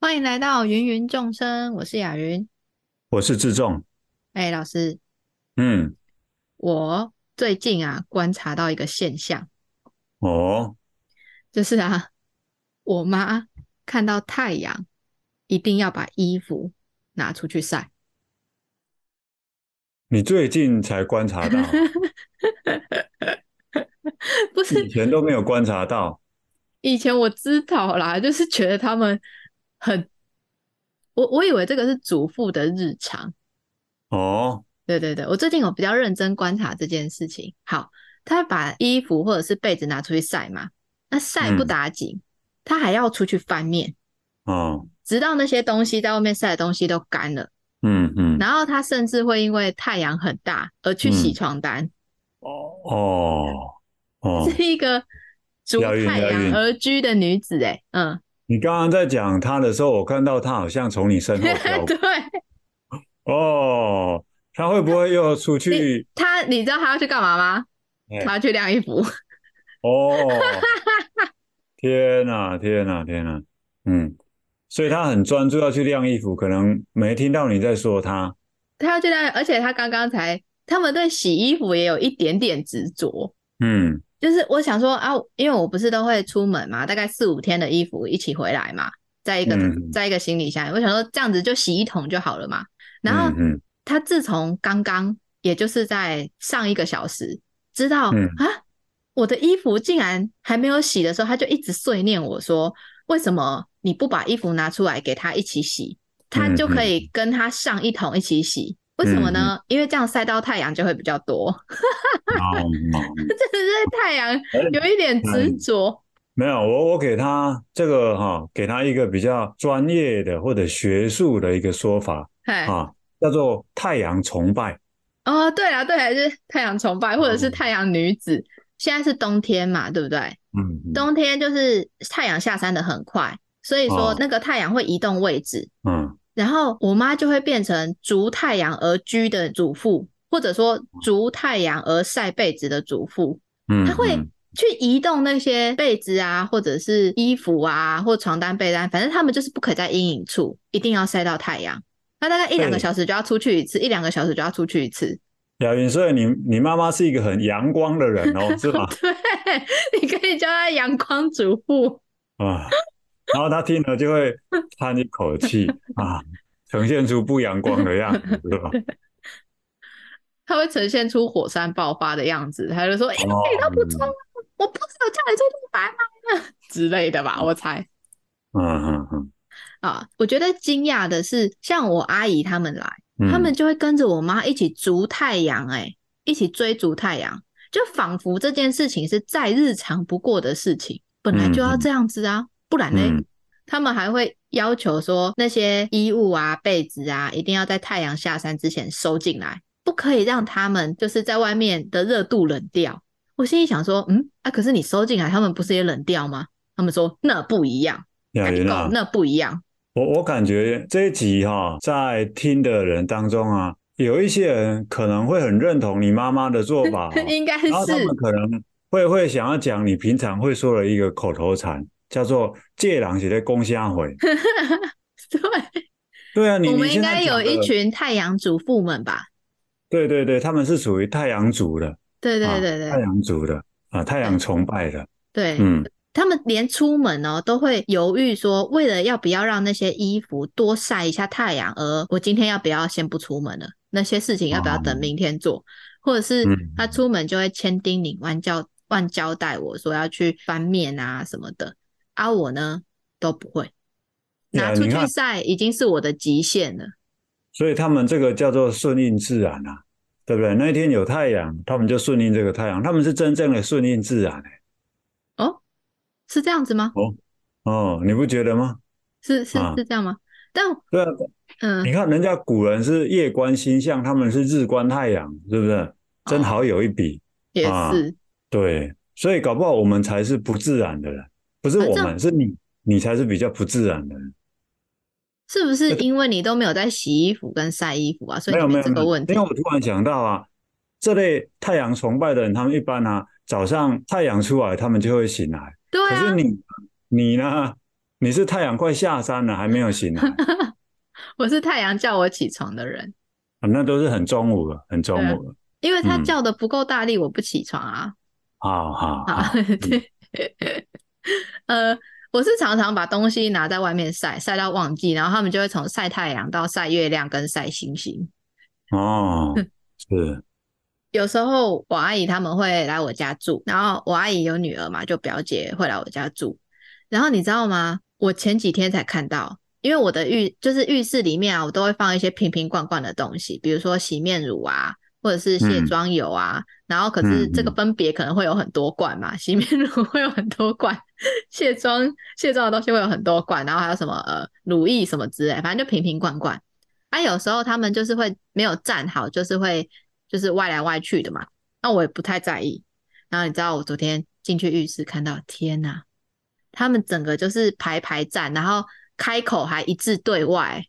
欢迎来到芸芸众生，我是雅云。我是志仲，哎，老师，嗯，我最近啊观察到一个现象，哦，就是啊，我妈看到太阳一定要把衣服拿出去晒。你最近才观 察到， 不是以前都没有观察到，以前我知道啦，就是觉得他们很，我我以为这个是主妇的日常。哦，对对对，我最近有比较认真观察这件事情。好，他把衣服或者是被子拿出去晒嘛，那晒不嗯打紧，他还要出去翻面，哦，直到那些东西在外面晒的东西都干了，嗯嗯，然后他甚至会因为太阳很大而去洗嗯床单，哦，哦， 是一个逐押韵太押阳韵而居的女子、欸。哎，嗯，你刚刚在讲他的时候，我看到他好像从你身 后飘过，对哦，他会不会又出去？她，你知道她要去干嘛吗？哎她要去晾衣服。 哦，天哪，天哪，天哪，嗯，所以他很专注要去晾衣服，可能没听到你在说他，他要去那，而且他刚刚才，他们对洗衣服也有一点点执着。嗯就是我想说啊，因为我不是都会出门嘛，大概四五天的衣服一起回来嘛，在一个、嗯在一个行李箱里，我想说这样子就洗一桶就好了嘛。然后 嗯嗯，他自从刚刚，也就是在上一个小时，知道、嗯啊，我的衣服竟然还没有洗的时候，他就一直碎念我说，为什么你不把衣服拿出来给他一起洗，他嗯就可嗯以跟他上一桶一起洗？为什么呢？因为这样晒到太阳就会比较多。好，好。 这是对太阳 哎有一点执着，没有，我我给他这个哈、给他一个比较专业的或者学术的一个说法哎，啊，叫做太阳崇拜。哦，对啊，对啊，就是太阳崇嗯拜，或者是太阳女子。现在是冬天嘛，对不对？嗯，冬天就是太阳下山的很快，所以说哦那个太阳会移动位置，嗯然后我妈就会变成逐太阳而居的主妇，或者说逐太阳而晒被子的主妇。嗯，它会嗯去移动那些被子啊，或者是衣服啊，或床单、被单，反正他们就是不可以在阴影处，一定要晒到太阳。那大概一两个对小时就要出去一次，一两个小时就要出去一次。雅云，所以你你妈妈是一个很阳光的人哦，是吧？对，你可以叫她阳光主妇。啊，然后她听了 就会叹一口气啊，呈现出不阳光的样子，是吧？她会呈现出火山爆发的样子，她就说：“哎、哦你都不冲，我不是有叫你出去白吗？” 之类的吧，我猜。嗯嗯嗯啊，我觉得惊讶的是，像我阿姨他们来，嗯，他们就会跟着我妈一起逐太阳、欸，哎，一起追逐太阳，就仿佛这件事情是再日常不过的事情，本来就要嗯嗯这样子啊，不然呢，嗯他们还会要求说那些衣物啊、被子啊，一定要在太阳下山之前收进来，不可以让他们就是在外面的热度冷掉。我心里想说，嗯，啊，可是你收进来，他们不是也冷掉吗？他们说那不一样，雅跟你云讲啊，那不一样，，我我感觉这一集哈、在听的人当中啊，有一些人可能会很认同你妈妈的做法、哦 应该然后他是们可能会会想要讲你平常会说的一个口头禅，叫做“借狼写的公虾回对。”。对啊，你我你们应现在该有讲的一，群太阳主妇们吧？对对对，他们是属于太阳族的，对对啊对对、太阳族的啊，太阳崇拜的，对，嗯他们连出门哦都会犹豫说，为了要不要让那些衣服多晒一下太阳，而我今天要不要先不出门了？那些事情要不要等哦明天做？或者是嗯他出门就会千叮咛万教万交代我说要去翻面啊什么的，啊我呢都不会，对啊拿出你去看晒已经是我的极限了。所以他们这个叫做顺应自然啊，对不对？那一天有太阳，他们就顺应这个太阳，他们是真正的顺应自然、欸。哦，是这样子吗？哦，你不觉得吗？是是啊是这样吗？但对啊，嗯，你看人家古人是夜观星象，他们是日观太阳，是不是？真哦好有一比。也啊是。对，所以搞不好我们才是不自然的人，不是反我正们，是你，你才是比较不自然的人。是不是因为你都没有在洗衣服跟晒衣服啊，所以没有你没有这个没有问题因为？我突然想到啊，这类太阳崇拜的人，他们一般啊，早上太阳出来，他们就会醒来。对可是啊，你，你呢？你是太阳快下山了还没有 醒来，我是太阳叫我起床的人，啊那都是很中午了，很中啊午了。因为他嗯叫的不够大力，我不起床啊。好好啊好，， 对，呃，我是常常把东西拿在外面晒，晒到忘记，然后他们就会从晒太阳到晒月亮跟晒星星。哦，嗯是，有时候我阿姨他们会来我家住，然后我阿姨有女儿嘛，就表姐会来我家住。然后你知道吗？我前几天才看到，因为我的浴就是浴室里面啊，我都会放一些瓶瓶罐罐的东西，比如说洗面乳啊，或者是卸嗯妆油啊。然后可是这个嗯嗯分别可能会有很多罐嘛，洗面乳 会有很多罐，卸妆卸妆的东西会有很多罐，然后还有什么呃乳液什么之类，反正就瓶瓶罐罐。啊，有时候他们就是会没有站好，就是会就是歪来歪去的嘛。那我也不太在意。然后你知道我昨天进去浴室看到，天呐，他们整个就是排排站，然后开口还一致对外，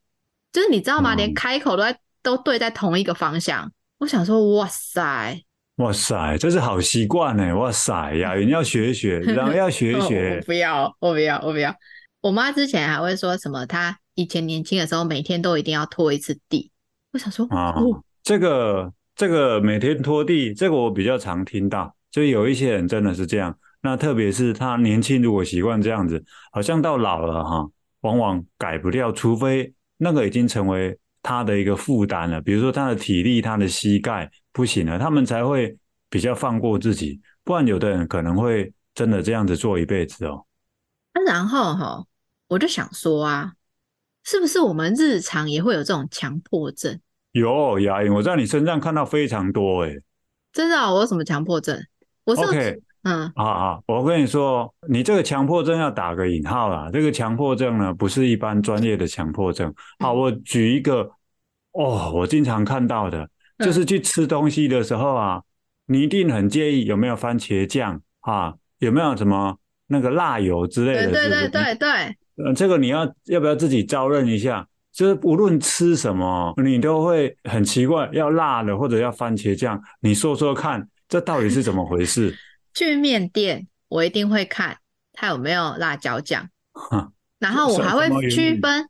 就是你知道吗？嗯连开口都在都对在同一个方向。我想说，哇塞，哇塞，这是好习惯呢，哇塞，嗯雅云要 学学，然后要学哦我学，不要，我不要，我不要。我妈之前还会说什么，她以前年轻的时候每天都一定要拖一次地。我想说，啊哦，这个这个每天拖地，这个我比较常听到，就有一些人真的是这样。那特别是他年轻，如果习惯这样子，好像到老了哈，往往改不掉，除非那个已经成为他的一个负担了。比如说他的体力、他的膝盖不行了，他们才会比较放过自己。不然有的人可能会真的这样子做一辈子哦。啊然后哈，我就想说啊，是不是我们日常也会有这种强迫症？有雅颖，我在你身上看到非常多诶。真的啊、我有什么强迫症？我是有 OK，嗯，啊啊！我跟你说，你这个强迫症要打个引号啦。这个强迫症呢，不是一般专业的强迫症。好，嗯我举一个哦，我经常看到的，嗯就是去吃东西的时候啊，你一定很介意有没有番茄酱啊，有没有什么那个辣油之类对的，对是不对对是对，呃，这个你要要不要自己招认一下？就是无论吃什么，你都会很奇怪，要辣的或者要番茄酱，你说说看，这到底是怎么回事？去面店我一定会看它有没有辣椒酱哈，然后我什还什么会原区因分，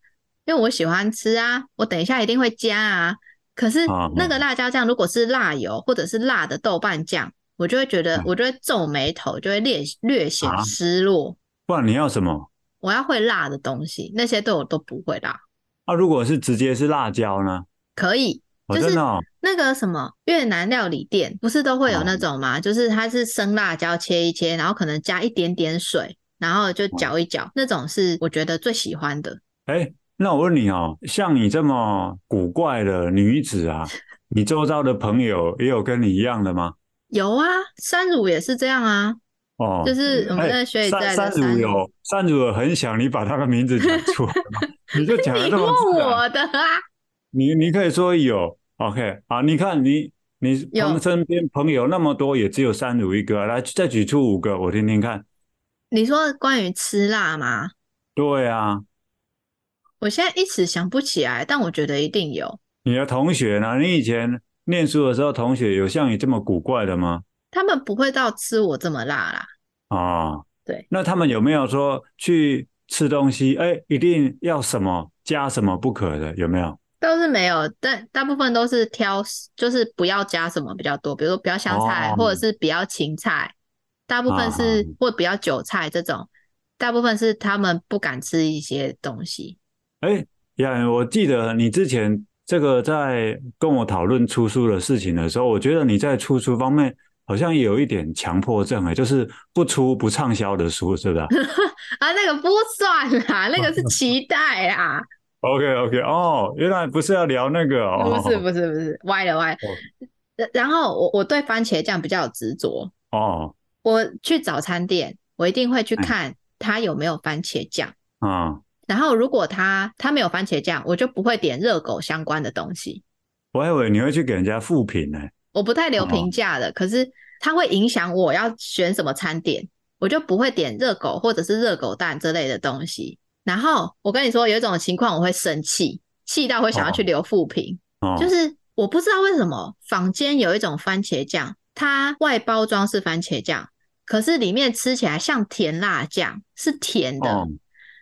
因为我喜欢吃啊，我等一下一定会加啊。可是啊那个辣椒酱如果是辣油或者是辣的豆瓣酱，我就会觉得嗯我就会皱眉头，就会略略显啊失落。不然你要什么？我要会辣的东西，那些对我都不会辣，啊，如果是直接是辣椒呢？可以。我、就是真的、哦，那个什么越南料理店不是都会有那种吗？就是它是生辣椒切一切，然后可能加一点点水，然后就搅一搅，那种是我觉得最喜欢的。哎，那我问你哦，像你这么古怪的女子啊，你周遭的朋友也有跟你一样的吗？有啊，山乳也是这样啊，哦，就是我们哎那学姐三在的三三如乳有 三如有很想你把他的名字讲出来嘛， 你就讲的你这问么自然。我的啊，你你可以说有，OK 啊？你看你你有朋身边朋友那么多，也只有三如一个啊，来再举出五个，我听听看。你说关于吃辣吗？对啊，我现在一时想不起来，但我觉得一定有。你的同学呢？你以前念书的时候，同学有像你这么古怪的吗？他们不会到吃我这么辣啦，啊，对。那他们有没有说去吃东西？哎，一定要什么加什么不可的？有没有？倒是没有，但大部分都是挑，就是不要加什么比较多，比如说不要香菜，哦或者是不要芹菜，大部分啊是、或不要韭菜这种，大部分是他们不敢吃一些东西。哎呀，我记得你之前这个在跟我讨论出书的事情的时候，我觉得你在出书方面好像有一点强迫症哎，就是不出不畅销的书，是 不是啊，那个不算啦，那个是期待啊 啦， ？OK OK，哦，原来不是要聊那个哦，不是不是不是，歪了歪了然然后我我对番茄酱比较有执着，哦，我去早餐店，我一定会去嗯看它有没有番茄酱。啊、然后如果它它没有番茄酱，我就不会点热狗相关的东西。我还以为你会去给人家复评呢。我不太留哦评价的，可是它会影响我要选什么餐点，我就不会点热狗或者是热狗蛋这类的东西。然后我跟你说，有一种情况我会生气，气到会想要去留负评，哦，就是我不知道为什么坊间有一种番茄酱，它外包装是番茄酱，可是里面吃起来像甜辣酱，是甜的。哦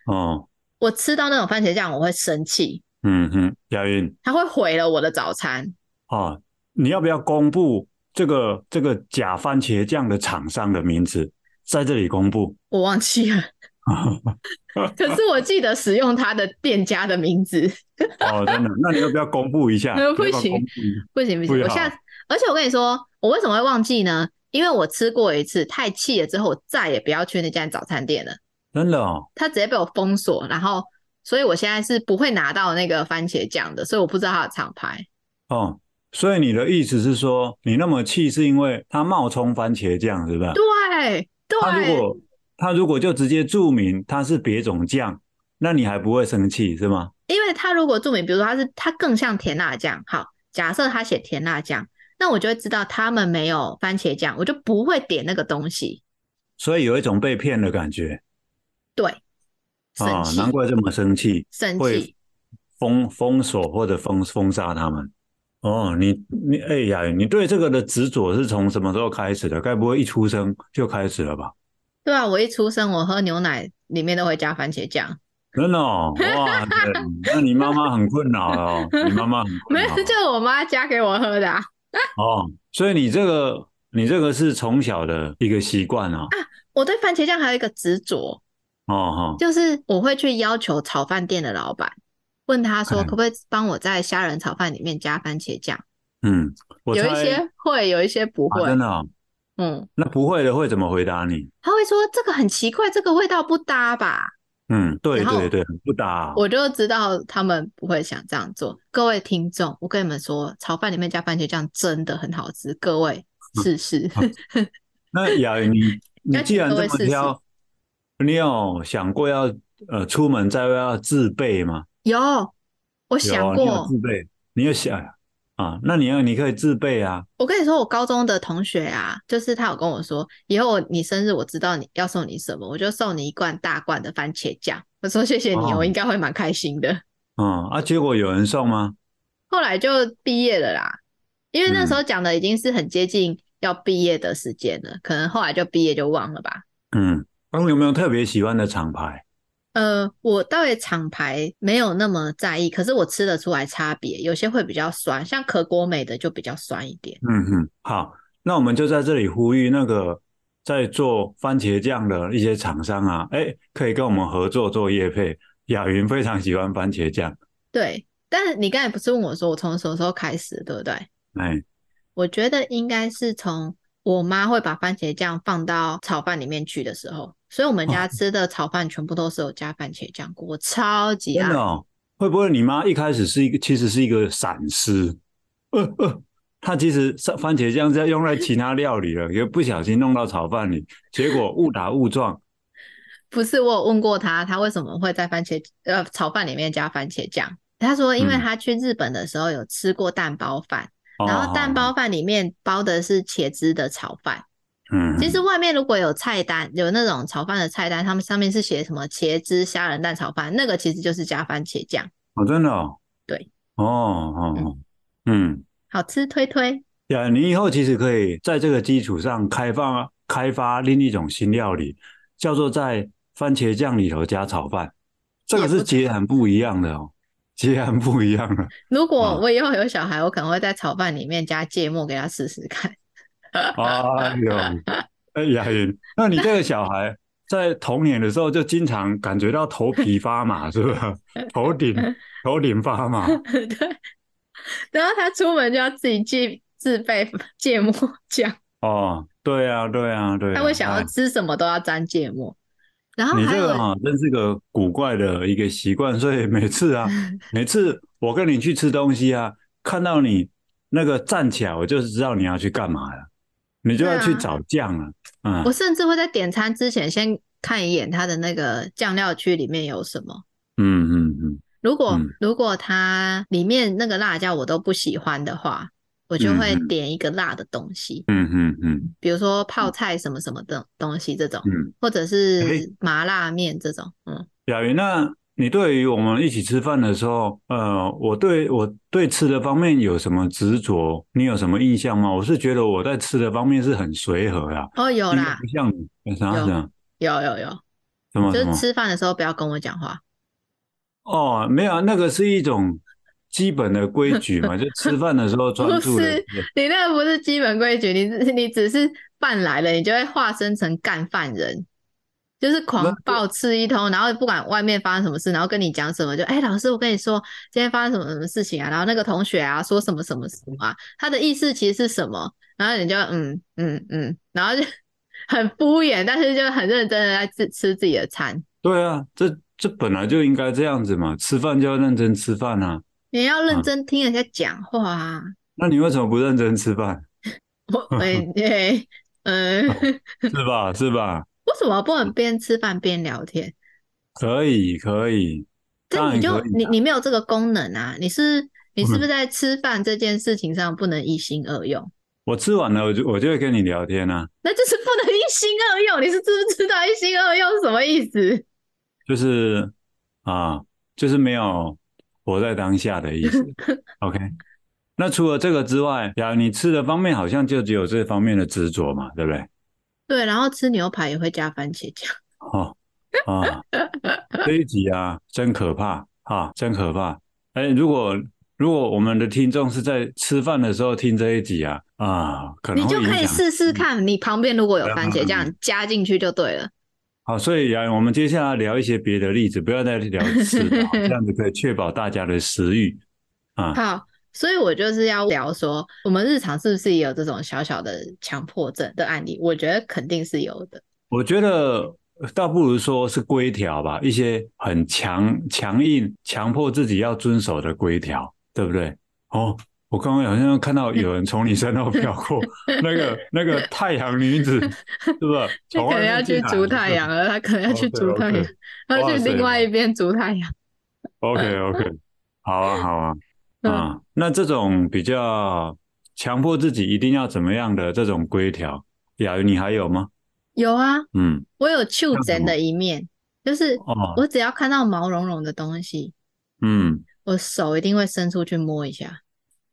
哦，我吃到那种番茄酱，我会生气，嗯哼，亚运它会毁了我的早餐。啊，你要不要公布这个这个假番茄酱的厂商的名字？在这里公布， 我忘记了， 可是我记得使用它的店家的名字。 哦，真的，那你要不要公布 一下？没呃有不你要要行公布一下不行不行，不我要下次，而且我跟你说，我为什么会忘记呢？因为我吃过一次，太气了之后，我再也不要去那家早餐店了。真的哦，他直接被我封锁，然后，所以我现在是不会拿到那个番茄酱的，所以我不知道它的厂牌。哦，所以你的意思是说，你那么气是因为它冒充番茄酱，是吧？对它如对，果它如果就直接注明它是别种酱，那你还不会生气是吗？因为它如果注明，比如说它是它更像甜辣酱，好，假设它写甜辣酱，那我就会知道他们没有番茄酱，我就不会点那个东西。所以有一种被骗的感觉对，生啊、气，难怪这么生气，生会气，封封锁或者封封杀他们。哦，你你哎呀，你对这个的执着是从什么时候开始的？该不会一出生就开始了吧？对啊，我一出生我喝牛奶里面都会加番茄酱，真的哦，哇塞，那你妈妈很困扰了 哦，你妈妈很困没扰有，就是我妈加给我喝的啊。哦，所以你这个你这个是从小的一个习惯啊，我对番茄酱还有一个执着，啊哦哦，就是我会去要求炒饭店的老板，问他说嗯可不可以帮我在虾仁炒饭里面加番茄酱？嗯，我有一猜些会，有一些不啊会。真的哦，嗯，那不会的会怎么回答你？他会说这个很奇怪，这个味道不搭吧？嗯，对然后对对，不哦答，我就知道他们不会想这样做。各位听众，我跟你们说，炒饭里面加番茄酱真的很好吃，各 位试试。那雅云，你 你要既然请各这位么试试挑，你有想过要呃出门在外要自备吗？ 有，我有想啊，你有过，自备，你有想啊？那你要你可以自备啊，我跟你说，我高中的同学啊，就是他有跟我说，以后你生日我知道你要送你什么，我就送你一罐大罐的番茄酱。我说谢谢你哦，哦我应该会蛮开心的。嗯啊，结果有人送吗？后来就毕业了啦，因为那时候讲的已经是很接近要毕业的时间了，可能后来就毕业就忘了吧。嗯，那有没有特别喜欢的厂牌？呃，我对厂牌没有那么在意，可是我吃得出来差别，有些会比较酸，像可果美的就比较酸一点。嗯哼，好，那我们就在这里呼吁那个在做番茄酱的一些厂商啊，哎，可以跟我们合作做业配。雅云非常喜欢番茄酱，对，但是你刚才不是问我说我从什么时候开始，对不对？哎，我觉得应该是从我妈会把番茄酱放到炒饭里面去的时候，所以我们哦家吃的炒饭全部都是有加番茄酱过，我超级真爱的。哦，会不会你妈一开始是一个，其实是一个闪失？呃呃，她其实上番茄酱是要用在其他料理了，也不小心弄到炒饭里，结果误打误撞。不是我有问过她，她为什么会在番茄呃炒饭里面加番茄酱？她说，因为嗯她去日本的时候有吃过蛋包饭，哦然后蛋，包饭里面包的是茄汁的炒饭。嗯，其实外面如果有菜单，有那种炒饭的菜单，他们上面是写什么茄汁虾仁蛋炒饭，那个其实就是加番茄酱，哦，真的哦，对，哦哦，哦嗯，好吃推推。呀，你以后其实可以在这个基础上开放开发另一种新料理，叫做在番茄酱里头加炒饭，这个也不是截然不一样的哦，截然不一样的。如果嗯我以后有小孩，我可能会在炒饭里面加芥末给他试试看。 哎呦，哎雅云，那你这个小孩在童年的时候就经常感觉到头皮发麻， 是吧？头顶头顶发麻，对，然后他出门就要自己自自备芥末酱，哦，对啊，对啊，对啊，他会想要哎吃什么都要沾芥末。然后你还这有个哈、真是个古怪的一个习惯，所以每次啊，每次我跟你去吃东西啊，看到你那个站起来，我就是知道你要去干嘛了，你就要去对啊找酱了，嗯我甚至会在点餐之前先看一眼他的那个酱料区里面有什么。嗯嗯嗯，如果、嗯如果它里面那个辣椒我都不喜欢的话，我就会嗯嗯点一个辣的东西，嗯嗯嗯比如说泡菜什么什么的东西这种。嗯。或者诶是麻辣面这种，嗯，雅云，那你对于我们一起吃饭的时候，呃，我对我对吃的方面有什么执着？你有什么印象吗？我是觉得我在吃的方面是很随和啦，哦，有应该啦，不像你，啥有子啊？有有有，什么就是什么？吃饭的时候不要跟我讲话。哦，没有啊，那个是一种基本的规矩 嘛，就吃饭的时候专注的。是你那个不是基本规矩，你只你只是饭来了，你就会化身成干饭人，就是狂暴吃一通，然后不管外面发生什么事，然后跟你讲什么，就哎、老师，我跟你说今天发生什么什么事情啊，然后那个同学啊说什么什么什么啊，他的意思其实是什么，然后你就嗯嗯嗯，然后就 很敷衍，但是就很认真的在吃吃自己的餐。对啊，这这本来就应该这样子嘛，吃饭就要认真吃饭啊。你要认嗯真听人家讲话啊，那你为什么不认真吃饭？ 我哎哎嗯，哦是吧？是吧？ 为什么不能边吃饭边聊天？可以，可以，当但你然就可以你啊嗯你没有这个功能啊，你是你是不是在吃饭这件事情上不能一心二用？我吃完了，我就我就会跟你聊天啊，那就是不能一心二用，你是知不知道一心二用是什么意思？就是啊，就是没有活在当下的意思。OK，那除了这个之外，假如你吃的方面好像就只有这方面的执着嘛，对不对？对，然后吃牛排也会加番茄酱，哦啊，这一集啊，真可怕啊，真可怕！哎，如果如果我们的听众是在吃饭的时候听这一集啊啊，可能你会就影可以响。试试看，你旁边如果有嗯番茄酱加进去就对了。好，所以啊，我们接下来聊一些别的例子，不要再聊吃的，这样子可以确保大家的食欲啊。好，所以我就是要聊说，我们日常是不是也有这种小小的强迫症的案例？我觉得肯定是有的。我觉得倒不如说是规条吧，一些很强、强硬、强迫自己要遵守的规条，对不对？哦，我刚刚好像看到有人从你身后飘过， 那个那个太阳女子，是 吧？他从可外能面要去进来煮太阳。了，他可能要去煮太阳 OK，OK，他要哦哇去塞另外一边煮太阳。 OK OK，好 啊好啊嗯啊，那这种比较强迫自己一定要怎么样的这种规条，雅云你还有吗？有啊，嗯，我有丘像什疹么的一面，就是哦，我只要看到毛茸茸的东西，嗯，我手一定会伸出去摸一下。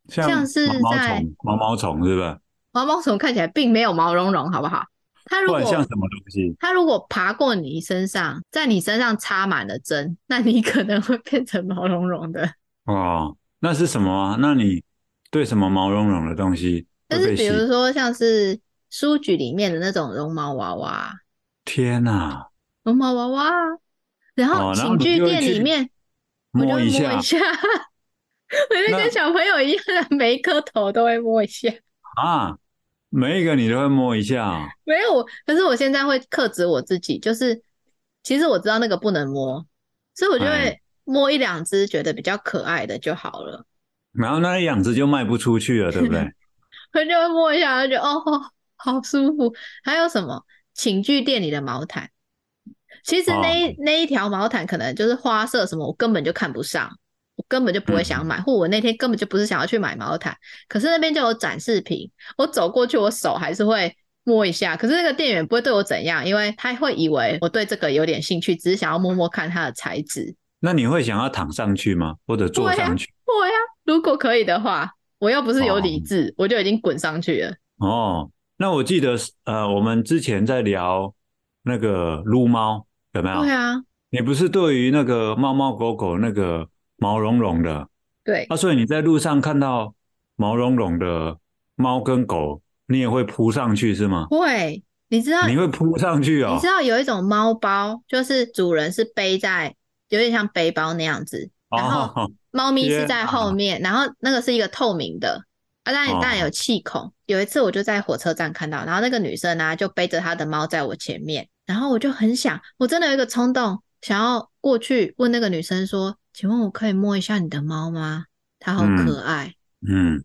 像像是毛毛在虫，毛毛虫是吧？毛毛虫看起来并没有毛茸茸，好不好？它如不然像果什么东西？它如果爬过你身上，在你身上插满了针，那你可能会变成毛茸茸的。哦，那是什么啊？那你对什么毛茸茸的东西就会是被比吸？如说像是书局里面的那种绒毛娃娃，天哪！绒毛娃娃，然后哦然后寝你具就会店里去 面，我就摸会一摸下一下， 我就那跟小朋友一样，每一颗头都会摸一下。啊，每一个你都会摸一下哦。没有，可是我现在会克制我自己，就是其实我知道那个不能摸，所以我就会哎摸一两只觉得比较可爱的就好了，然后那一两只就卖不出去了，对不 对？我就会摸一下，就觉得哦，好舒服。还有什么寝具店里的毛毯？其实那一、那一条毛毯可能就是花色什么，我根本就看不上，我根本就不会想买，或我那天根本就不是想要去买毛毯。可是那边就有展示品，我走过去，我手还是会摸一下。可是那个店员不会对我怎样，因为他会以为我对这个有点兴趣，只是想要摸摸看它的材质。那你会想要躺上去吗？或者坐会啊上去？我呀，如果可以的话，我又不是有哦理智，我就已经滚上去了。哦，那我记得是呃，我们之前在聊那个撸猫，有没有对？啊，你不是对于那个猫猫狗狗那个毛茸茸的，对，啊，所以你在路上看到毛茸茸的猫跟狗，你也会扑上去是吗？会。你知道你会扑上去哦你知？道有一种猫包，就是主人是背在有点像背包那样子，然后哦，猫咪是天在啊后面，然后那个是一个透明的，啊，当然当然有哦气孔。有一次我就在火车站看到，然后那个女生呢、啊就背着她的猫在我前面，然后我就很想，我真的有一个冲动想要过去问那个女生说：“请问我可以摸一下你的猫吗？它好嗯可爱。 嗯，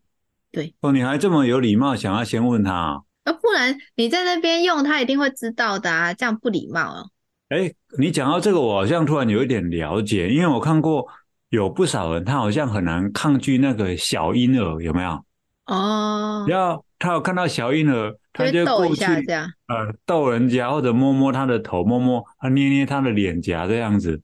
对。哦，你还这么有礼貌，想要先问他哦。啊，不然你在那边用，它一定会知道的啊，这样不礼貌哦。哎，你讲到这个，我好像突然有一点了解，因为我看过有不少人，他好像很难抗拒那个小婴儿，有没有？哦只，要他有看到小婴儿，他就就会逗过一去下这样。呃逗人家，或者摸摸他的头，摸摸啊捏捏他的脸颊，这样子，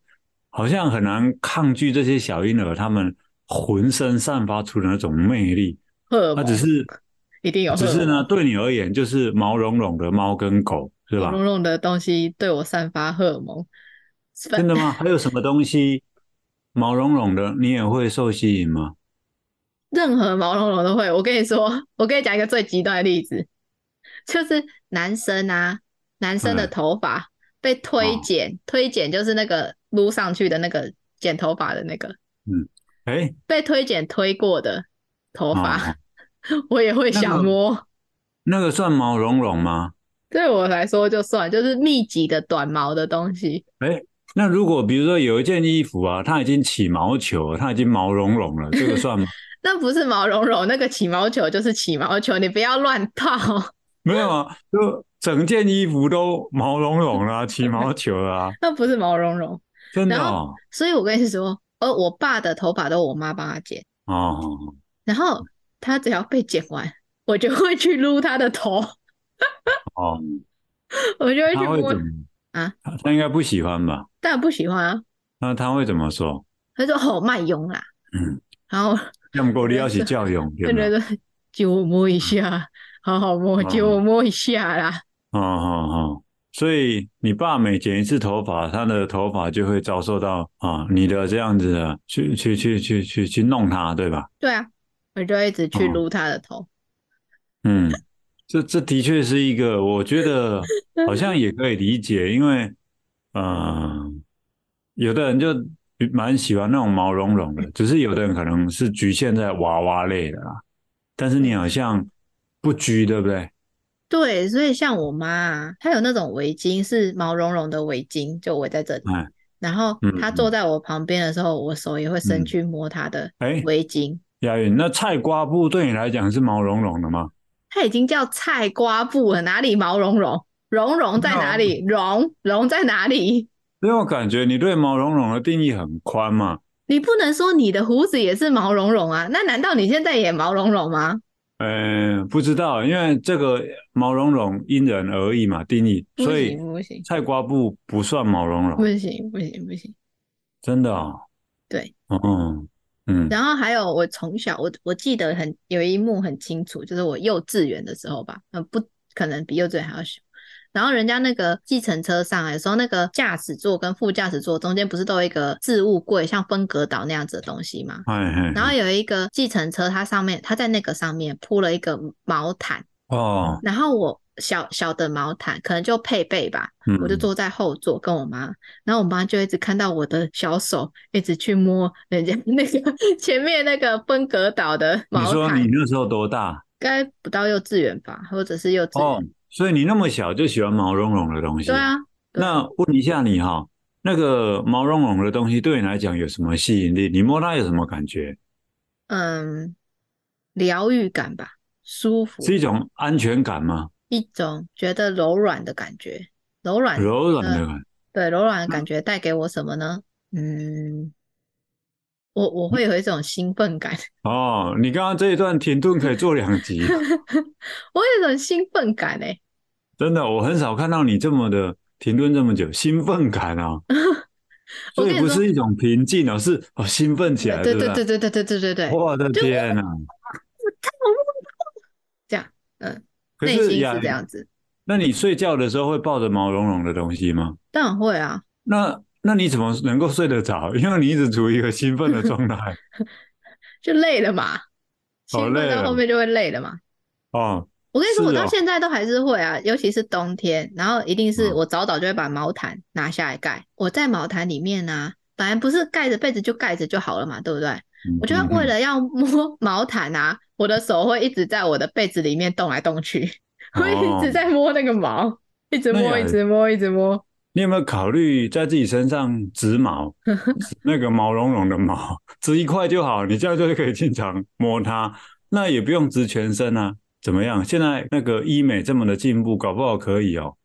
好像很难抗拒这些小婴儿他们浑身散发出的那种魅力。荷尔他蒙只是一定有荷只尔蒙。是呢，对你而言就是毛茸茸的猫跟狗，是吧毛？茸茸的东西对我散发荷尔蒙，真的吗？还有什么东西毛茸茸的你也会受吸引吗？任何毛茸茸都会。我跟你说，我跟你讲一个最极端的例子，就是男生啊，男生的嗯头发被推哦剪，推剪就是那个撸上去的那个剪头发的那个，哎，被推剪推过的头发，哦 我也会那想个摸。那个算毛茸茸吗？对我来说就算，就是密集的短毛的东西，那如果比如说有一件衣服啊，它已经起毛球了，它已经毛茸茸了，这个算吗？那不是毛茸茸，那个起毛球就是起毛球，你不要乱套， 没有啊，就整件衣服都毛茸茸啦、 起毛球啦、 那不是毛茸茸。真的然哦，所以我跟你说，呃，我爸的头发都我妈帮他剪，哦，然后他只要被剪完，我就会去撸他的头，哦，我就会去他会摸怎么。啊？他应该不喜欢吧？但不喜欢啊，那他会怎么说？他说好卖佣啦，嗯，然后要么够你要起教勇，他对吗觉？得借我摸一下，好好摸，嗯借我摸一下啦。哦哦哦，所以你爸每剪一次头发，他的头发就会遭受到啊你的这样子的去去去去去去弄他，对吧？对啊，我就一直去哦撸他的头。嗯，这这的确是一个，我觉得好像也可以理解，因为，嗯、有的人就蛮喜欢那种毛茸茸的，只是有的人可能是局限在娃娃类的啦，但是你好像不拘，对不对？对，所以像我妈啊，她有那种围巾是毛茸茸的围巾，就围在这里。哎然后嗯她坐在我旁边的时候，我手也会伸去摸她的哎，围巾。亚云，那菜瓜布对你来讲是毛茸茸的吗？它已经叫菜瓜布了，哪里毛茸茸？茸茸在哪哦里？茸茸在哪里？因为我感觉你对毛茸茸的定义很宽嘛。你不能说你的胡子也是毛茸茸啊？那难道你现在也毛茸茸吗？呃，不知道，因为这个毛茸茸因人而异嘛，定义，不所以行不行菜瓜布不算毛茸茸不。行不行不行！真的哦，对，嗯嗯，然后还有我从小我我记得很有一幕很清楚，就是我幼稚园的时候吧，呃不可能比幼稚园还要小。然后人家那个计程车上来的时候，那个驾驶座跟副驾驶座中间不是都有一个置物柜，像分隔岛那样子的东西吗？哎嘿，然后有一个计程车，它上面它在那个上面铺了一个毛毯，哦，然后我小小的毛毯可能就配备吧，嗯我就坐在后座跟我妈，然后我妈就一直看到我的小手一直去摸人家那个 前面那个分隔岛的你毛说毯你，那时候多大？该不到幼稚园吧，或者是幼稚园？哦，所以你那么小就喜欢毛茸茸的东西。对啊，对那问一下你哈、那个毛茸茸的东西对你来讲有什么吸引力？你摸它有什么感觉？嗯，疗愈感吧，舒服，是一种安全感吗？一种觉得柔软的感觉，柔软柔嗯软的感觉。对柔软的感觉带给我什么呢？嗯，我我会有一种兴奋感， 哦，你刚刚这一段停顿可以做两集，我有一种兴奋感哎、真的，我很少看到你这么的停顿这么久，兴奋感啊！ 我所跟你以不说是一种平静哦，是哦兴奋起来，哦对不对对对对对对对对，我的就天啊呐！ 这样，嗯，可内是心呀是这，样子，那你睡觉的时候会抱着毛茸茸的东西吗？当然会啊，那那你怎么能够睡得着？ 因为你一直处于一个兴奋的状态就累了嘛，哦兴奋累到了后面就会累了嘛。哦。我跟你说，是我到哦现在都还是会啊，尤其是冬天，然后一定是嗯我早早就会把毛毯拿下来盖。我在毛毯里面呢、啊，本来不是盖着被子就盖着就好了嘛，对不对？我觉得为嗯了要摸毛毯啊，我的手会一直在我的被子里面动来动去，哦会一直在摸那个毛，一直那摸，也一直摸，一直摸。嗯你有没有考虑在自己身上植 毛，植那个毛茸茸的毛，植一块就好，你这样就可以经常摸它，那也不用植全身啊。怎么样？现在那个医美这么的进步，搞不好可以哦。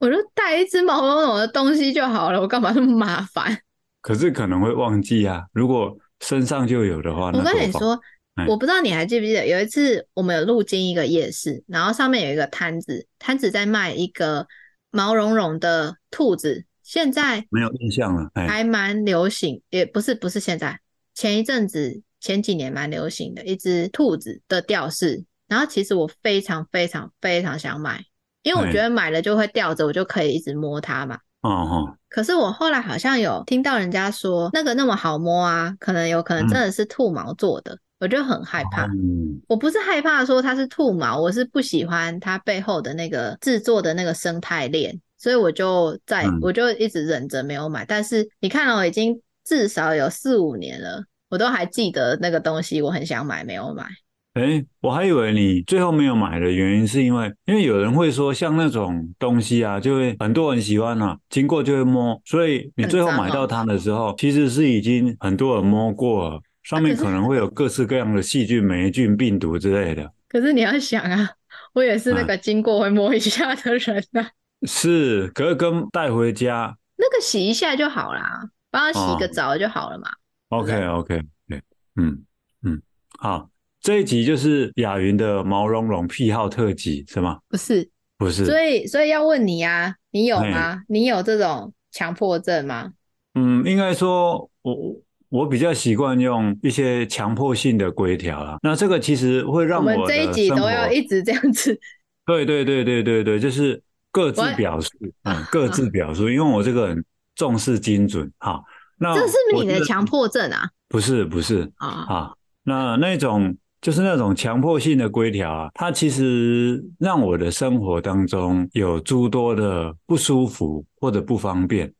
我就带一只毛茸茸的东西就好了，我干嘛那么麻烦？可是可能会忘记啊，如果身上就有的话，我跟那多你棒，说哎，我不知道你还记不记得，有一次我们有路经一个夜市，然后上面有一个摊子，摊子在卖一个毛茸茸的兔子，现在没有印象了。哎，还蛮流行，也不是不是现在，前一阵子前几年蛮流行的一只兔子的吊饰，然后其实我非常非常非常想买，因哎为我觉得买了就会吊着，我就可以一直摸它嘛。哦哈，可是我后来好像有听到人家说，那个那么好摸啊，可能有可能真的是兔毛做的，我就很害怕。嗯，我不是害怕说它是兔毛，我是不喜欢它背后的那个制作的那个生态链，所以我就在、嗯我就一直忍着没有买。但是你看哦，已经至少有四五年了，我都还记得那个东西，我很想买没有买。哎，我还以为你最后没有买的原因是因为，因为有人会说像那种东西啊，就会很多人喜欢啊，经过就会摸，所以你最后很脏哦啊买到它的时候，其实是已经很多人摸过了，上面可是可能会有各式各样的细菌、霉菌、病毒之类的。可是你要想啊，我也是那嗯个经过会摸一下的人呐、是，可是跟带回家那个洗一下就好啦，帮他洗个哦澡就好了嘛。 ，OK 对 OK，对，嗯嗯，好，这一集就是雅云的毛茸茸癖好特辑是吗？不是，不是，所以所以要问你啊，你有嘿吗？你有这种强迫症吗？嗯，应该说我我我比较习惯用一些强迫性的规条啦。那这个其实会让我们我这一的集生都要活一直这样子。 对对对对对对，就是各自我表述，嗯啊，各自表述，因为我这个人重视精准哈。那这是不是我你觉的得强迫症啊？不是不是，啊，啊，那那种就是那种强迫性的规条啊，它其实让我的生活当中有诸多的不舒服或者不方便。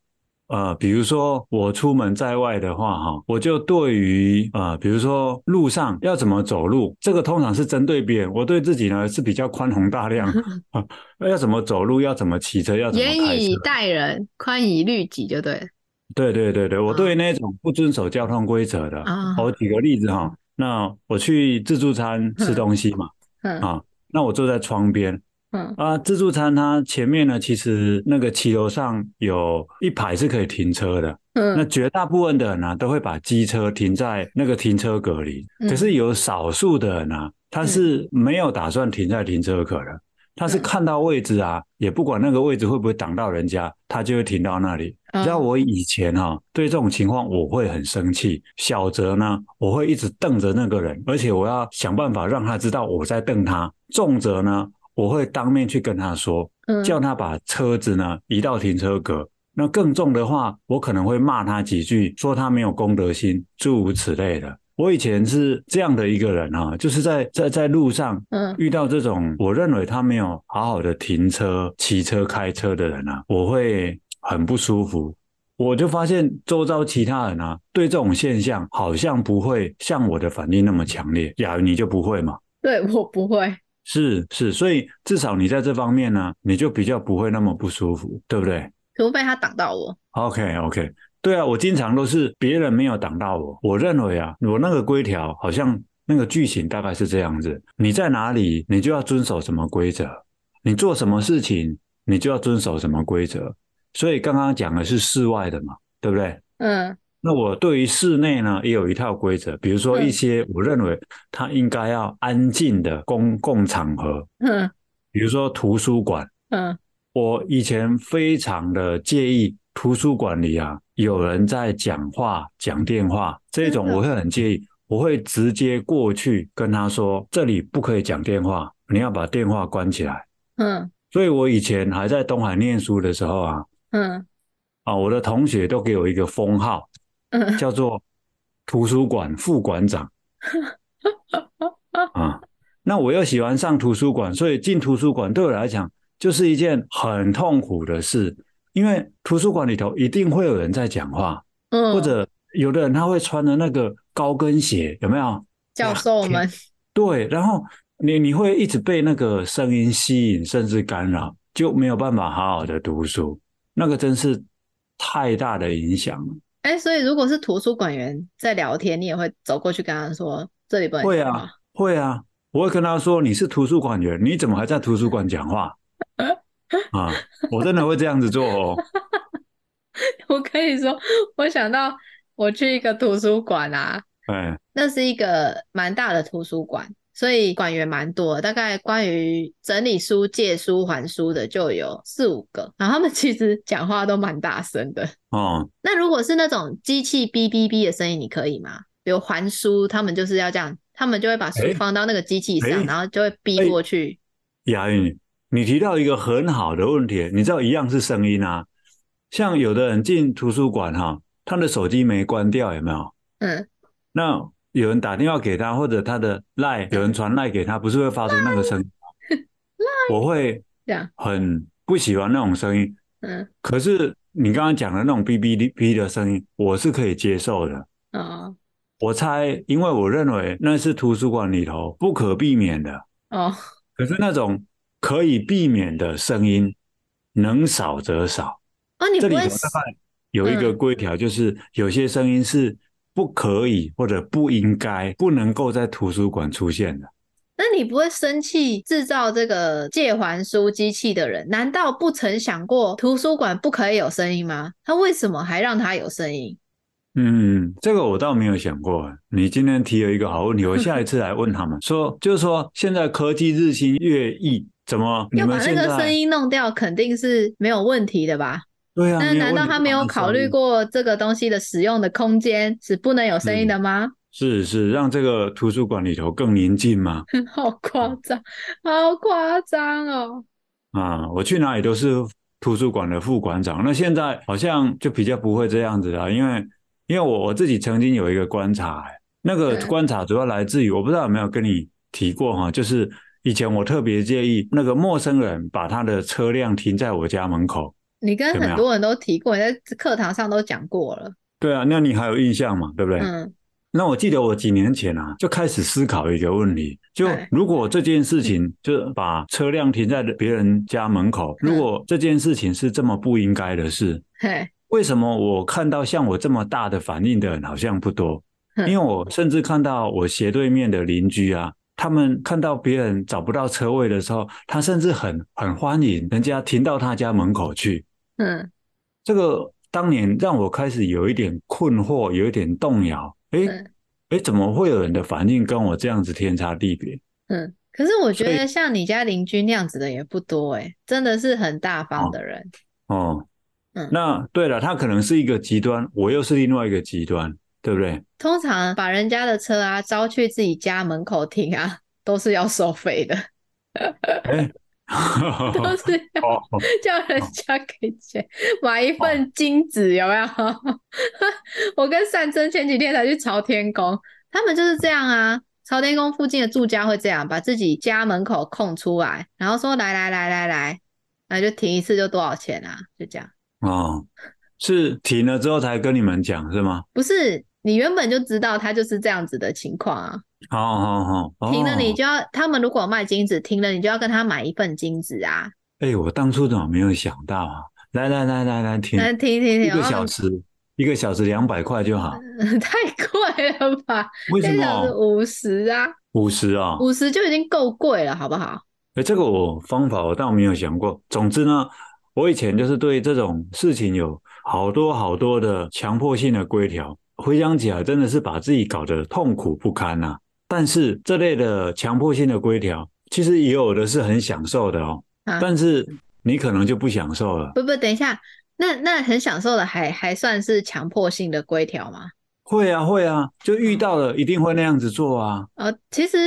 呃，比如说我出门在外的话，哈，我就对于呃，比如说路上要怎么走路，这个通常是针对别人，我对自己呢是比较宽宏大 量啊，要怎么走路，要怎么骑车，要怎么严开以车，待人，宽以律己就对了。对对对对，我嗯对那种不遵守交通规则的啊，我举个例子哈，那我去自助餐吃东西嘛，嗯啊，那我坐在窗边嗯啊，自助餐它前面呢，其实那个骑楼上有一排是可以停车的，那嗯，绝大部分的人呢、啊都会把机车停在那个停车格里，嗯可是有少数的人呢、啊他是没有打算停在停车格的，他是嗯看到位置啊，也不管那个位置会不会挡到人家，他就会停到那里。你知道嗯我以前哈、对这种情况我会很生气，小则呢我会一直瞪着那个人，而且我要想办法让他知道我在瞪他；重则呢我会当面去跟他说，嗯叫他把车子呢移到停车格。那更重的话，我可能会骂他几句，说他没有公德心，诸如此类的。我以前是这样的一个人啊，就是在在在路上嗯遇到这种我认为他没有好好的停车、骑车、开车的人啊，我会很不舒服。我就发现周遭其他人啊，对这种现象好像不会像我的反应那么强烈。雅云，你就不会吗？对我不会，是是，所以至少你在这方面呢，你就比较不会那么不舒服，对不对除非他挡到我。 ？OK OK，对啊，我经常都是别人没有挡到我，我认为啊，我那个规条好像那个剧情大概是这样子：你在哪里，你就要遵守什么规则；你做什么事情，你就要遵守什么规则。所以刚刚讲的是室外的嘛，对不对？嗯那我对于室内呢，也有一套规则，比如说一嗯些我认为它应该要安静的公共场合，嗯比如说图书馆，嗯我以前非常的介意图书馆里啊有人在讲话、讲电话这种，真的我会很介意，我会直接过去跟他说：“这里不可以讲电话，你要把电话关起来。嗯”所以，我以前还在东海念书的时候啊，嗯啊，我的同学都给我一个封号，嗯，叫做图书馆副馆长。啊，那我又喜欢上图书馆，所以进图书馆对我来讲就是一件很痛苦的事，因为图书馆里头一定会有人在讲话，嗯或者有的人他会穿着那个高跟鞋，有没有？教授们，对，然后你你会一直被那个声音吸引，甚至干扰，就没有办法好好的读书，那个真是太大的影响了。哎，所以如果是图书馆员在聊天，你也会走过去跟他说这里不能会讲啊话会啊，我会跟他说你是图书馆员，你怎么还在图书馆讲话？ 啊，我真的会这样子做哦。我可以说，我想到我去一个图书馆啊，哎，那是一个蛮大的图书馆，所以馆员蛮多的，大概关于整理书、借书、还书的就有四五个，然后他们其实讲话都蛮大声的。哦，那如果是那种机器哔哔哔的声音，你可以吗？比如还书，他们就是要这样，他们就会把书哎放到那个机器上，哎然后就会逼哎过去。雅韵，你提到一个很好的问题，你知道一样是声音啊，像有的人进图书馆哈、他的手机没关掉，有没有？嗯，那有人打电话给他，或者他的赖有人传赖给他，不是会发出那个声音 吗？我会这样，很不喜欢那种声音。嗯，可是你刚刚讲的那种哔哔哩哔的声音，我是可以接受的。哦我猜，因为我认为那是图书馆里头不可避免的。哦，可是那种可以避免的声音，能少则少。哦，你这不里会头大概有一个规条，就是有些声音是不可以或者不应该、不能够在图书馆出现的。那你不会生气制造这个借还书机器的人？难道不曾想过图书馆不可以有声音吗？他为什么还让他有声音？嗯，这个我倒没有想过。啊你今天提了一个好问题，我下一次来问 他们说，就是说现在科技日新月异，怎么你要把们那现在个声音弄掉，肯定是没有问题的吧？对啊？那没有难道问题嗯他没有让考声音虑过这个东西的使用的空间是不能有声音的嗯吗？ 是是让这个图书馆里头更宁静吗？好夸嗯张，好夸张哦！啊，我去哪里都是图书馆的副馆长。那现在好像就比较不会这样子了，因为因为我我自己曾经有一个观察，那个嗯观察主要来自于我不知道有没有跟你提过哈，就是以前我特别介意那个陌生人把他的车辆停在我家门口。你跟有没有很多人都提过，你在课堂上都讲过了。对啊，那你还有印象嘛？对不对？嗯那我记得我几年前啊，就开始思考一个问题：就哎如果这件事情，就是把车辆停在别人家门口，如嗯果这件事情是这么不应该的事，嘿，为什么我看到像我这么大的反应的人好像不多？嗯因为我甚至看到我斜对面的邻居啊，他们看到别人找不到车位的时候，他甚至很很欢迎人家停到他家门口去。嗯这个当年让我开始有一点困惑，有一点动摇。诶嗯诶，怎么会有人的反应跟我这样子天差地别？嗯。可是我觉所以得像你家邻居那样子的也不多诶、真的是很大方的人。哦，嗯那对了，他可能是一个极端，我又是另外一个极端，对不对？通常把人家的车啊招去自己家门口停啊， 都是要收费的， 都是要 哦，叫人家给钱买一份金子，有没 有？我跟善珍前几天才去朝天宫，他们就是这样啊。朝天宫附近的住家会这样，把自己家门口空出来，然后说来来来来来，然后就停一次就多少钱啊？就这样。哦，是停了之后才跟你们讲是吗？不是你原本就知道他就是这样子的情况啊，好好好，停了你哦。就要，他们如果卖金子，停了你就要跟他买一份金子啊。哎，我当初怎么没有想到啊？来来来来来，停那停停嗯一停，个然后小时，一个小时两百块就好。哦 太贵了吧？为什这嗯小时么五十啊。五十啊？五十就已经够贵了，好不好？哎，这个我方法我倒没有想过。总之呢，我以前就是对这种事情有好多好多的强迫性的规条，回想起来真的是把自己搞得痛苦不堪呐、但是这类的强迫性的规条，其实也有的是很享受的哦，啊但是你可能就不享受了，不不，等一下，那那很享受的还还算是强迫性的规条吗？会啊会啊，就遇到了一定会那样子做啊。呃，其实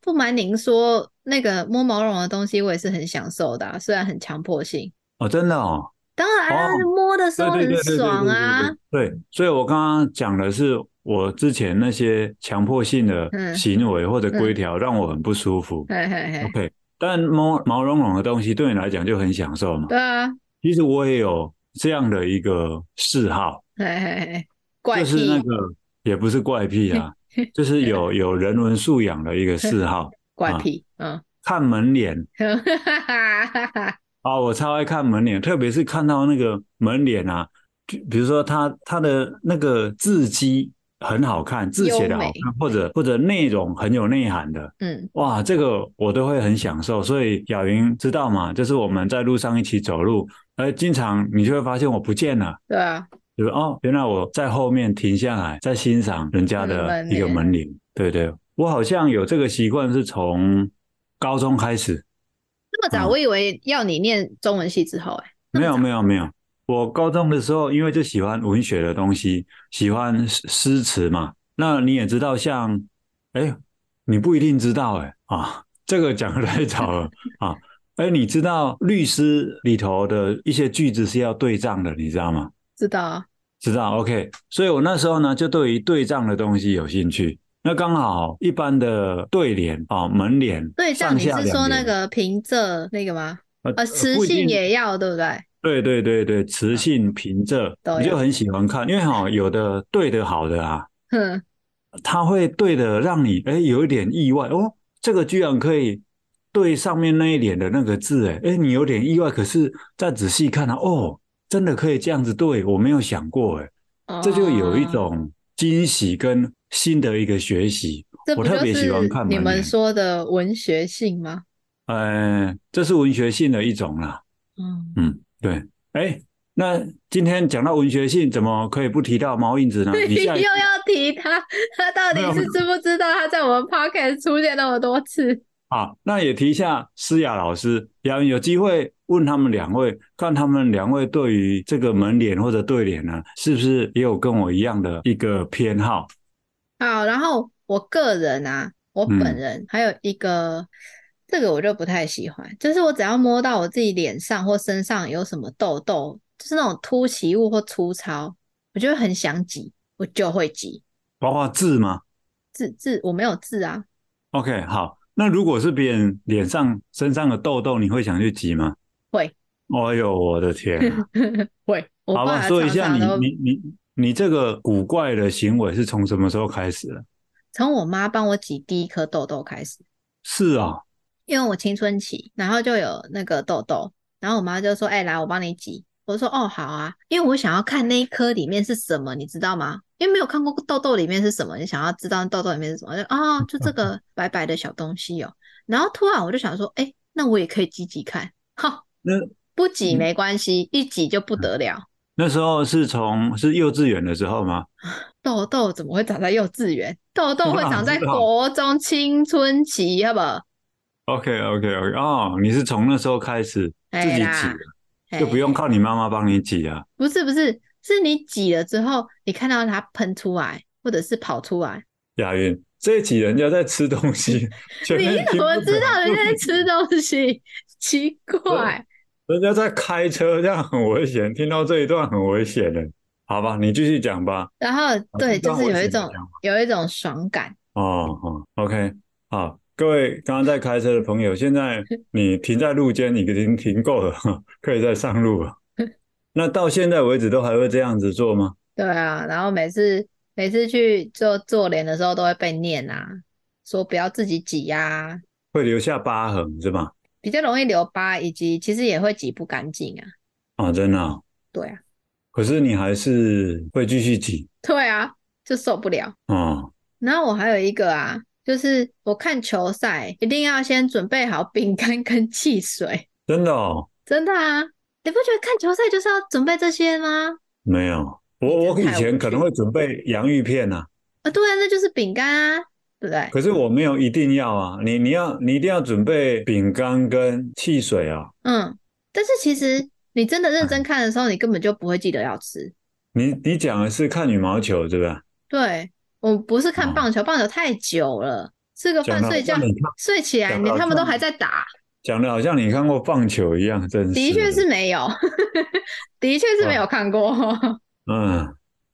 不瞒您说，那个摸毛绒的东西我也是很享受的啊、虽然很强迫性。哦，真的哦，当然啊、哦摸的时对候对很对对对爽啊。对，所以我刚刚讲的是我之前那些强迫性的嗯行为或者规条让我很不舒服。嘿嘿嘿， OK，但毛毛茸茸的东西对你来讲就很享受嘛。对啊，其实我也有这样的一个嗜好，嘿嘿嘿，怪就是那癖，个也不是怪癖 啊，就是有有人文素养的一个嗜好，怪啊癖，嗯， 看门脸哈哈哈哈，啊，我超爱看门脸，特别是看到那个门脸啊，就比如说他他的那个字迹很好看，字写的好优看，或者或者内容很有内涵的，嗯哇，这个我都会很享受。所以雅云知道嘛，就是我们在路上一起走路，呃，经常你就会发现我不见了。对啊，就是哦，原来我在后面停下来，在欣赏人家的一个门铃。对对，我好像有这个习惯是从高中开始，那么早嗯我以为要你念中文系之后、欸，哎，没有没有没有，我高中的时候因为就喜欢文学的东西，喜欢诗诗词嘛。那你也知道像，哎，你不一定知道哎、啊，这个讲得太早了啊。哎，你知道律师里头的一些句子是要对仗的，你知道吗？知道啊，知道，OK。所以我那时候呢，就对于对仗的东西有兴趣。那刚好一般的对联啊、哦门联，对上仗你下是两说那联个平仄那个吗？呃呃，词不一性定也要对不对？对对对对，嗯词性平仄都，我就有很喜欢看，因为哈、有的对的好的啊，哼，它会对的让你哎有一点意外哦，这个居然可以对上面那一点的那个字哎哎你有点意外，可是再仔细看它哦，真的可以这样子对，我没有想过哎，这就有一哦种惊喜跟新的一个学习，这我不特就别喜欢是看你门们帘说的文学性吗？呃，这是文学性的一种啦。嗯，嗯，对，哎，那今天讲到文学性，怎么可以不提到毛印子呢？ 又啊你下一要提他，他到底没有是没有知不知道他在我们 podcast 出现那么多次？啊，那也提一下思雅老师，然后有机会问他们两位，看他们两位对于这个门脸或者对脸呢，是不是也有跟我一样的一个偏好？好，然后我个人啊，我本嗯人还有一个，这个我就不太喜欢，就是我只要摸到我自己脸上或身上有什么痘痘，就是那种凸起物或粗糙，我就会很想挤，我就会挤。包括痣吗痣痣我没有痣啊， ？OK，好，那如果是别人脸上、身上的痘痘，你会想去挤吗？会。哎呦，我的天啊！会。 我好吧，爸说一常下常你都你你你这个古怪的行为是从什么时候开始的？从我妈帮我挤第一颗痘痘开始，是啊、哦，因为我青春期，然后就有那个痘痘，然后我妈就说：“哎、来，我帮你挤。”我说：“哦，好啊，因为我想要看那一颗里面是什么，你知道吗？因为没有看过痘痘里面是什么，你想要知道痘痘里面是什么，就哦，就这 个白白的小东西哦。”然后突然我就想说：“哎、那我也可以挤挤看，哈，那不挤嗯没关系，一挤就不得了。那时候是从是幼稚园的时候吗？痘痘怎么会长在幼稚园？痘痘会哇长在啊知道国中青春期，好不好？ OK OK OK，哦，你是从那时候开始自哎己啦挤，啊就不用哎靠你妈妈帮你挤啊。不是不是，是你挤了之后，你看到它喷出来，或者是跑出来，亚运，这一集人家在吃东西，前你面怎听么不啊知懂道人家在吃东西？ 奇怪， 人家在开车，这样很危险。听到这一段很危险的，好吧，你继续讲吧。然后好对，这就段是我有一选择种讲吧有一种爽感。哦哦，OK，好，各位刚刚在开车的朋友，现在你停在路肩，你已经停够了，可以再上路 了。那到现在为止都还会这样子做吗？对啊，然后每次每次去做做脸的时候，都会被念啊，说不要自己挤呀、会留下疤痕是吧？比较容易留疤，以及其实也会挤不干净啊。啊，真的哦、对啊，可是你还是会继续挤对啊，就受不了。哦，然后我还有一个啊，就是我看球赛一定要先准备好饼干跟汽水，真的哦，真的啊！你不觉得看球赛就是要准备这些吗？没有，我我你这以太无前可能趣会准备洋芋片啊，啊，对啊，那就是饼干啊，对不对？可是我没有一定要啊，你你要你一定要准备饼干跟汽水啊，嗯，但是其实你真的认真看的时候，你根本就不会记得要吃。你你讲的是看羽毛球对吧？对，我不是看哦棒球，棒球太久了，吃个讲饭睡的好觉像你看睡起来，讲你到他们都看还在打，讲的好像你看过棒球一样，真的确是没有， 的确是没哦有看过。 嗯，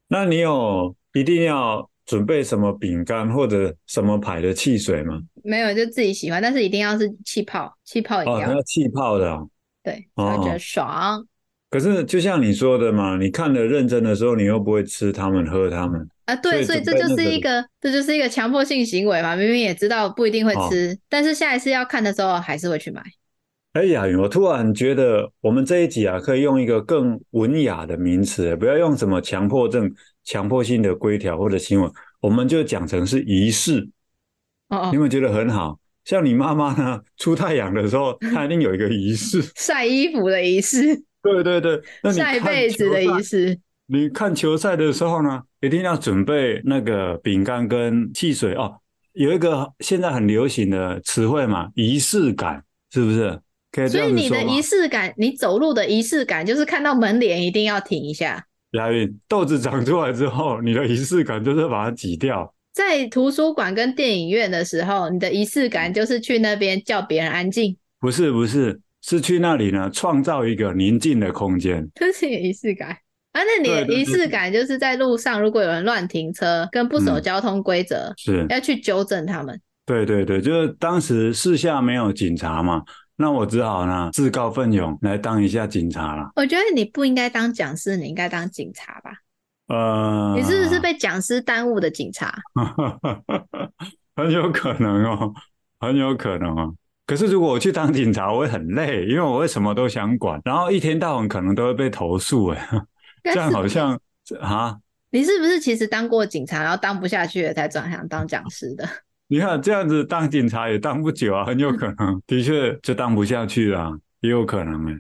那你有一定要准备什么饼干或者什么牌的汽水吗？没有，就自己喜欢，但是一定要是气泡气泡饮哦，料，它要气泡的哦。对，才会觉得哦爽。可是就像你说的嘛，你看的认真的时候，你又不会吃它们、喝它们。啊，对，所所以以这准就备那是个一个，这就是一个强迫性行为嘛。明明也知道不一定会哦吃，但是下一次要看的时候还是会去买。哎，雅云，我突然觉得我们这一集啊，可以用一个更文雅的名词，不要用什么强迫症、强迫性的规条或者行为，我们就讲成是仪式。哦你有哦，没有觉得很好？像你妈妈呢，出太阳的时候，她一定有一个仪式。 晒衣服的仪式，对对对，那你晒看被子球的赛仪式，你看球赛的时候呢，一定要准备那个饼干跟汽水哦。有一个现在很流行的词汇嘛，仪式感，是不是？可以哎这所样以子你说的吗仪？式感，你走路的仪式感就是看到门帘一定要停一下。亚运豆子长出来之后，你的仪式感就是把它挤掉。在图书馆跟电影院的时候，你的仪式感就是去那边叫别人安静， 不是不是，是去那里呢创造一个宁静的空间。这是你的仪式感。啊，那你的对对仪对式感就是在路上，如果有人乱停车跟不守嗯交通规则，是，要去纠正他们。对对对，就是当时四下没有警察嘛，那我只好呢自告奋勇来当一下警察了。我觉得你不应该当讲师，你应该当警察吧？呃，你是不是被讲师耽误的警察？ 很有可能哦，很有可能哦。可是如果我去当警察，我会很累，因为我会什么都想管，然后一天到晚可能都会被投诉。哎，但这样是好像啊，你是不是其实当过警察，然后当不下去了才转行当讲师 的？你看这样子当警察也当不久啊，很有可能，的确就当不下去啊，也有可能哎。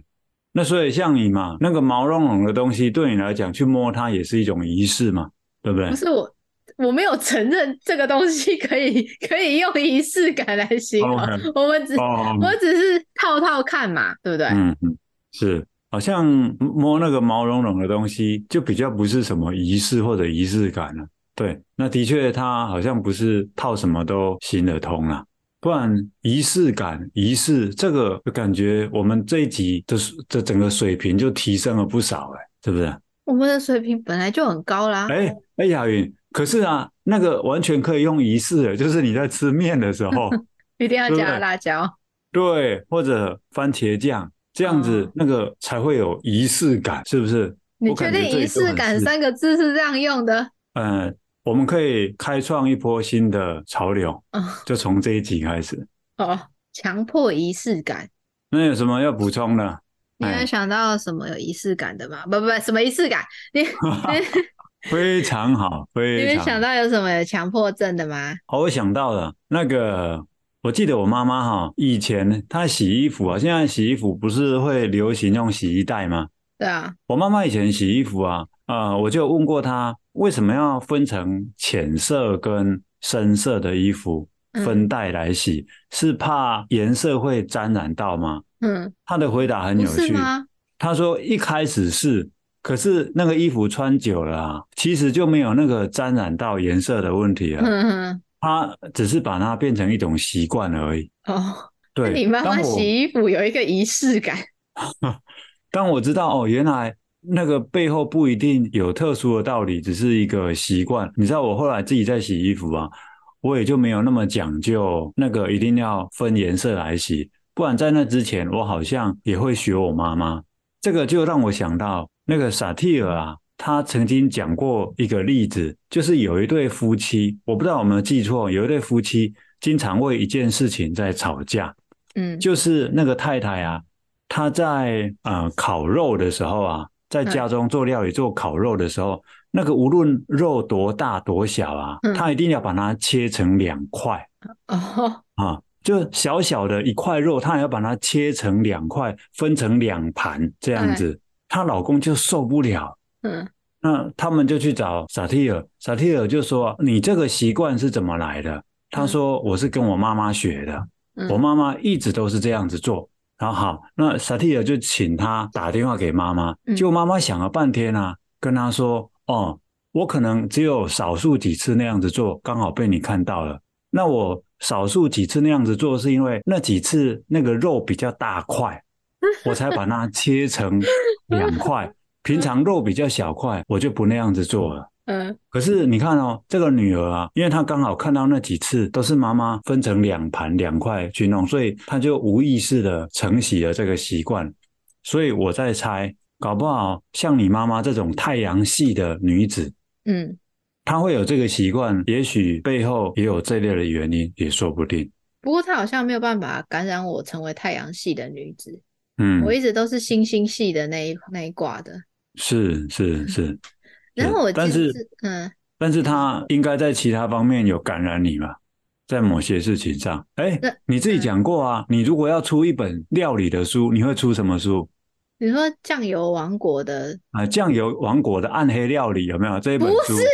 那所以像你嘛，那个毛茸茸的东西对你来讲，去摸它也是一种仪式嘛，对不对不？是我，我没有承认这个东西可以可以用仪式感来形容 OK 我们只、哦，我只是套套看嘛，对不对？嗯嗯，是，好像摸那个毛茸茸的东西，就比较不是什么仪式或者仪式感了、对，那的确，它好像不是套什么都行得通啦、不然仪式感、仪式这个感觉，我们这一集的水的整个水平就提升了不少、欸，哎，对不对？我们的水平本来就很高啦。哎哎，雅云，可是啊，那个完全可以用仪式的，就是你在吃面的时候，一定要对不加对辣椒。对，或者番茄酱，这样子哦那个才会有仪式感，是不是？你我确感觉定这仪里都式很感是三个字是这样用的？呃，我们可以开创一波新的潮流，哦就从这一集开始。哦，强迫仪式感。那有什么要补 充的？你有哎想到什么有仪式感的吗？不不，不什么仪式感？ 你你非常好，你非有常想到有什么有强迫症的吗？好。哦我想到了那个，我记得我妈妈哈，以前她洗衣服啊，现在洗衣服不是会流行用洗衣袋吗？对啊，我妈妈以前洗衣服啊，呃，我就问过她为什么要分成浅色跟深色的衣服嗯分袋来洗，是怕颜色会沾染到吗？嗯，她的回答很不有是趣，吗？她说一开始是，可是那个衣服穿久了啊，其实就没有那个沾染到颜色的问题了，嗯她只是把它变成一种习惯而已。嗯， 哦， 那对，你妈当妈我洗衣服有一个仪式感，当我知道哦，原来那个背后不一定有特殊的道理，只是一个习惯。你知道，我后来自己在洗衣服啊，我也就没有那么讲究那个一定要分颜色来洗，不然在那之前，我好像也会学我妈妈。这个就让我想到那个萨提尔啊，他曾经讲过一个例子，就是有一对夫妻，我不知道有没有记错，有一对夫妻经常为一件事情在吵架。嗯，就是那个太太啊，她在呃烤肉的时候啊，在家中做料理做烤肉的时候，那个无论肉多大多小啊嗯，她一定要把它切成两块哦，啊，就小小的一块肉，她还要把它切成两块，分成两盘这样子，她老公就受不了。嗯那他们就去找萨提尔，萨提尔就说：“你这个习惯是怎么来的？”他说：“我是跟我妈妈学的。”嗯，我妈妈一直都是这样子做。然后好，那萨提尔就请他打电话给妈妈嗯，结果妈妈想了半天啊，跟他说：“哦，我可能只有少数几次那样子做，刚好被你看到了。那我少数几次那样子做，是因为那几次那个肉比较大块， 我才把它切成两块。平常肉比较小块，我就不那样子做了。”嗯可是你看哦，这个女儿啊，因为她刚好看到那几次都是妈妈分成两盘两块去弄，所以她就无意识的承袭了这个习惯。所以我在猜，搞不好像你妈妈这种太阳系的女子，嗯，她会有这个习惯，也许背后也有这类的原因，也说不定。不过她好像没有办法感染我成为太阳系的女子，嗯我，一直都是星星系的那一那一挂的。是是是。然后我但记得是是嗯，但是她应该在其他方面有感染你吧，在某些事情上。哎那，你自己嗯讲过啊，你如果要出一本料理的书，你会出什么书？你说酱油王国的啊，酱油王国的暗黑料理有没有这一不本是，这书？不是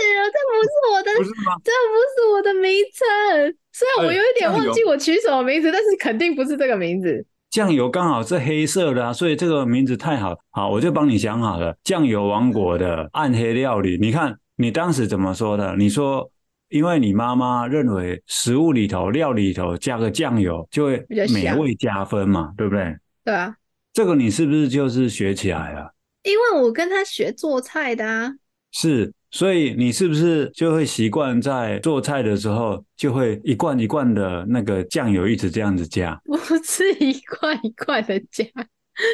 我的，不是吗？这不是我的名称。虽然我哎有一点酱忘油记我取什么名字，但是肯定不是这个名字。酱油刚好是黑色的啊，所以这个名字太好。好，我就帮你想好了，酱油王国的暗黑料理。你看你当时怎么说的？你说因为你妈妈认为食物里头、料理里头加个酱油就会比较美香味加分嘛，对不对？对啊，这个你是不是就是学起来了？因为我跟他学做菜的啊，是，所以你是不是就会习惯在做菜的时候，就会一罐一罐的那个酱油一直这样子加？ 不是一罐一罐的加，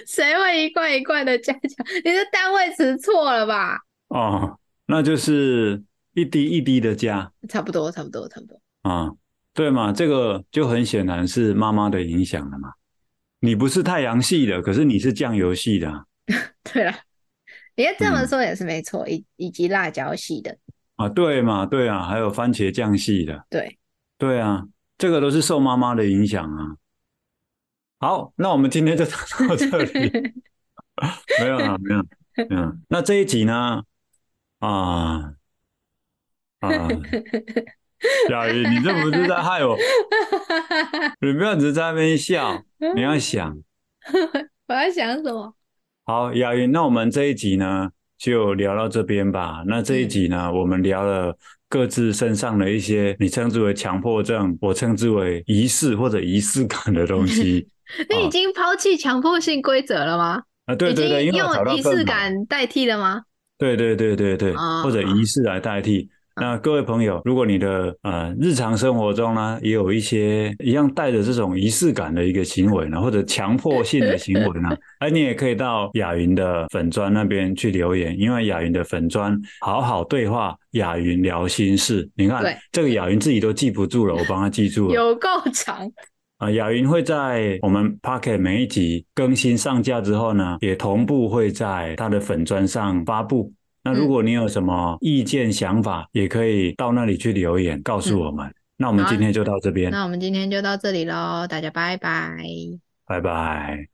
谁会一罐一罐的加酱？你的单位词错了吧？哦，那就是一滴一滴的加差不多，差不多，差不多。啊、对嘛？这个就很显然是妈妈的影响了嘛。你不是太阳系的，可是你是酱油系的啊对啦，你要这么嗯说也是没错，以、以及辣椒系的，啊，对嘛？对啊，还有番茄酱系的，对，对啊，这个都是受妈妈的影响啊。好，那我们今天就 谈到这里。没有啦，没有，没有。那这一集呢？啊啊，小鱼，你这不是在害我？你不要只在那边笑，你要想。 我要想什啊么？好，雅云，那我们这一集呢就聊到这边吧。那这一集呢，我们聊了各自身上的一些你称之为强迫症，我称之为仪式或者仪式感的东 西你已经抛弃强迫性规则了吗？啊。对对对，已因经为我找用到仪更式好感代替了吗？对对对对对，啊或者仪式来代替。那各位朋友，如果你的呃日常生活中呢，也有一些一样带着这种仪式感的一个行为呢，或者强迫性的行为 呢，哎，你也可以到雅云的粉砖那边去留言，因为雅云的粉砖好好对话，雅云聊心事。你看对这个雅云自己都记不住了，我帮她记住了。有够长，啊，雅云会在我们 Pocket 每一集更新上架之后呢，也同步会在他的粉砖上发布。嗯那如果你有什么意见、想法，也可以到那里去留言告诉我们。那我们嗯好啊今天就到这边，那我们今天就到这里喽，大家拜拜。拜拜。